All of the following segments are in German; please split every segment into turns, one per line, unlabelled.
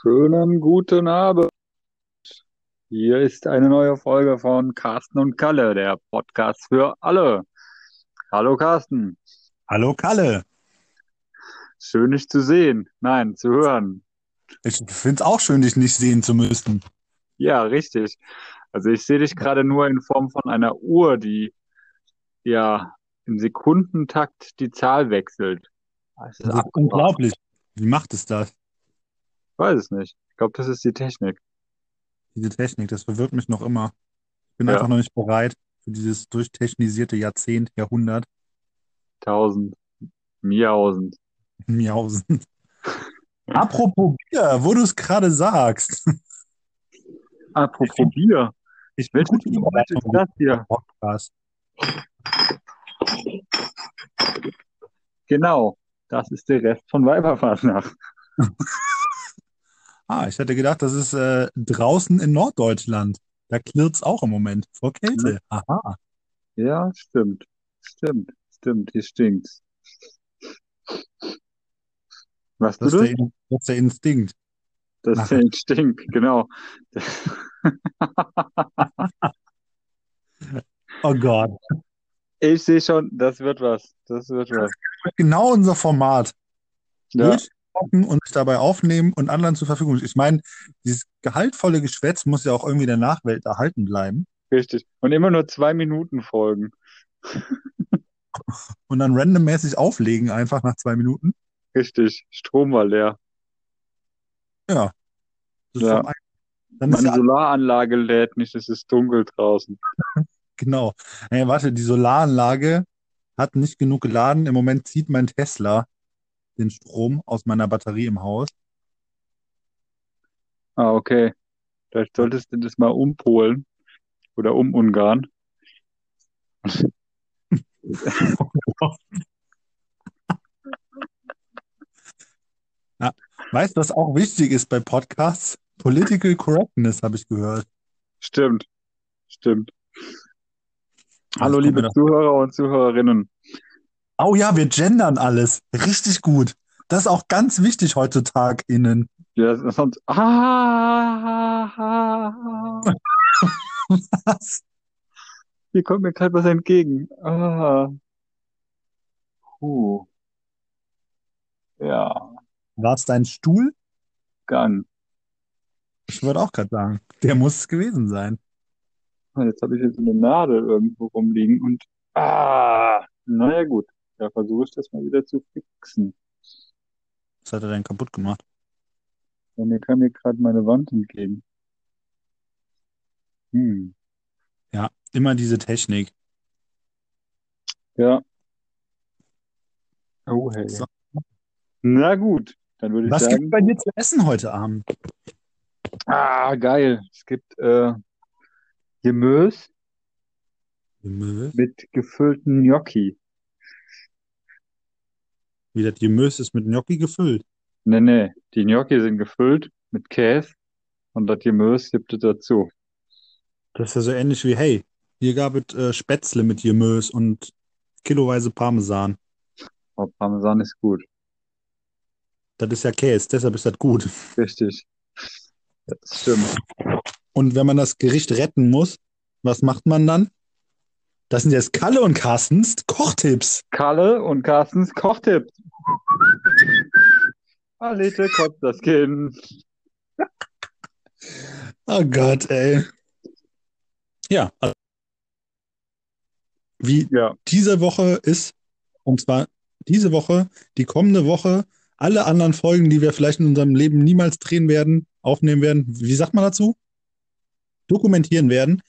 Schönen guten Abend. Hier ist eine neue Folge von Carsten und Kalle, der Podcast für alle. Hallo Carsten,
Hallo Kalle.
schön dich zu sehen. Nein, zu hören.
Ich find's auch schön, dich nicht sehen zu müssen.
Ja, richtig. Also ich sehe dich gerade nur in Form von einer Uhr, die ja im Sekundentakt die Zahl wechselt. Es ist
Das ist
abgefahren.
unglaublich. Wie macht es das?
Ich weiß es nicht. Ich glaube, das ist die Technik.
Diese Technik, das verwirrt mich noch immer. Ich bin
Ja.
einfach noch nicht bereit für dieses durchtechnisierte Jahrzehnt, Jahrhundert.
1000, Miausend.
Miausen. Apropos Bier, wo du es gerade sagst.
Apropos Bier.
Ich bin
Welches
gut
Bier ist das hier?
Podcast.
Genau, das ist der Rest von Weiberfastnacht.
Ah, ich hätte gedacht, das ist äh, draußen in Norddeutschland. Da klirrt's auch im Moment vor
Mhm.
Kälte. Aha.
Ja, stimmt. Stimmt, stimmt, hier stinkt's. Was
Das
du
ist
das?
der, das ist der Instinkt.
Das ist der Stink, genau.
Oh Gott.
Ich sehe schon, das wird was. Das wird was.
Genau unser Format.
Ja,
Blöd gucken und sich dabei aufnehmen und anderen zur Verfügung. Ich meine, dieses gehaltvolle Geschwätz muss ja auch irgendwie der Nachwelt erhalten bleiben.
richtig. Und immer nur zwei Minuten Folgen.
Und dann randommäßig auflegen einfach nach zwei Minuten.
Richtig. Strom war leer.
Das ist
Ja.
am einen- dann ist
Meine
ja
Solaranlage lädt nicht, es ist dunkel draußen.
genau. Hey, warte, die Solaranlage hat nicht genug geladen. Im Moment zieht mein Tesla den Strom aus meiner Batterie im Haus.
Ah, okay. Vielleicht solltest du das mal umpolen oder umungarn.
Weißt du, was auch wichtig ist bei Podcasts? Political Correctness, habe ich gehört.
Stimmt, stimmt. Hallo,
kommt mir
liebe
doch-
Zuhörer und Zuhörerinnen.
Oh ja, wir gendern alles. Richtig gut. Das ist auch ganz wichtig heutzutage innen.
Ja, das ist sonst. Ah,
Was?
hier kommt mir gerade was entgegen. Ah. Puh. Ja,
War es dein Stuhl?
Gang.
Ich würde auch gerade sagen, der muss es gewesen sein.
Jetzt habe ich jetzt eine Nadel irgendwo rumliegen und. Ah. Naja, gut. Da versuche ich das mal wieder zu fixen.
Was hat er denn kaputt gemacht?
Und mir kam mir gerade meine Wand entgegen. Hm.
Ja, immer diese Technik.
Ja. Oh, hey.
So.
Na gut, dann würde ich
Was
sagen.
gibt's bei dir zu essen heute Abend?
Ah, geil. Es gibt äh, Gemüse
Gemüse.
mit gefüllten Gnocchi.
Wie das Gemüse ist mit Gnocchi gefüllt.
Nee, nee, die Gnocchi sind gefüllt mit Käse und das Gemüse gibt es dazu.
Das ist ja so ähnlich wie, hey, hier gab es äh, Spätzle mit Gemüse und kiloweise Parmesan.
Aber Parmesan ist gut.
Das ist ja Käse, deshalb ist das gut.
Richtig. Das stimmt.
Und wenn man das Gericht retten muss, was macht man dann? Das sind jetzt Kalle und Carstens Kochtipps.
Kalle und Carstens Kochtipp. Alete kotzt das Kind.
Oh Gott, ey. Ja. also- Wie
Ja,
diese Woche ist, und zwar diese Woche, die kommende Woche, alle anderen Folgen, die wir vielleicht in unserem Leben niemals drehen werden, aufnehmen werden, wie sagt man dazu? Dokumentieren werden.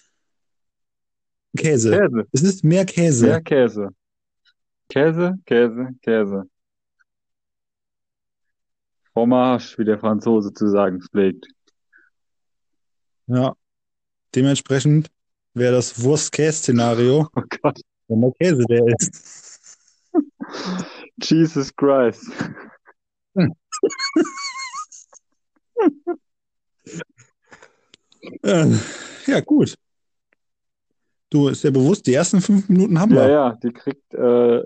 Käse.
Käse.
Es ist mehr Käse.
Ja, Käse. Käse, Käse, Käse. Fromage, wie der Franzose zu sagen pflegt.
Ja. Dementsprechend wäre das Wurst-Käse-Szenario,
Oh Gott.
wenn der Käse der ist.
Jesus Christ.
Äh, Ja, gut. Du, ist ja bewusst, die ersten fünf Minuten haben
Ja,
wir.
ja, die kriegt äh,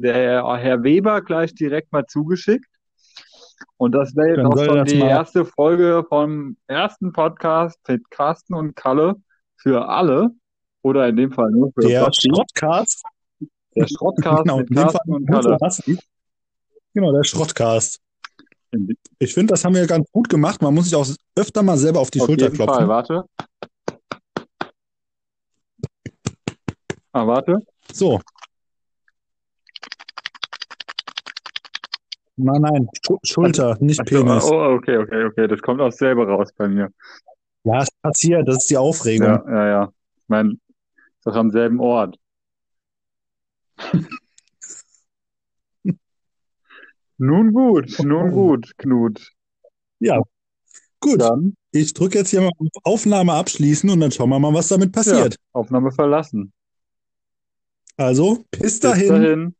der Herr Weber gleich direkt mal zugeschickt. Und das wäre jetzt
Dann
auch
soll
schon
das
die
mal-
erste Folge vom ersten Podcast mit Carsten und Kalle für alle. Oder in dem Fall nur für
Der
Basti.
Schrottcast.
der Schrottcast
Genau,
mit
in dem Fall
Carsten und
nur für
Kalle.
Basti. Genau, der Schrottcast.
In-
Ich finde, das haben wir ganz gut gemacht. Man muss sich auch öfter mal selber auf die
Auf
Schulter
jeden Fall,
klopfen.
warte. Ah, warte.
So. Nein, nein, Schu- Schulter, nicht
Ach so,
Penis.
Oh, okay, okay, okay. Das kommt auch selber raus bei mir.
Ja, es passiert, das ist die Aufregung.
Ja, ja, ja. Ich meine, ist doch am selben Ort. nun gut, nun
Oh.
gut, Knut.
Gut,
Dann
ich drücke jetzt hier mal auf Aufnahme abschließen und dann schauen wir mal, was damit passiert.
Aufnahme verlassen.
Also, bis
Bis
dahin.
dahin.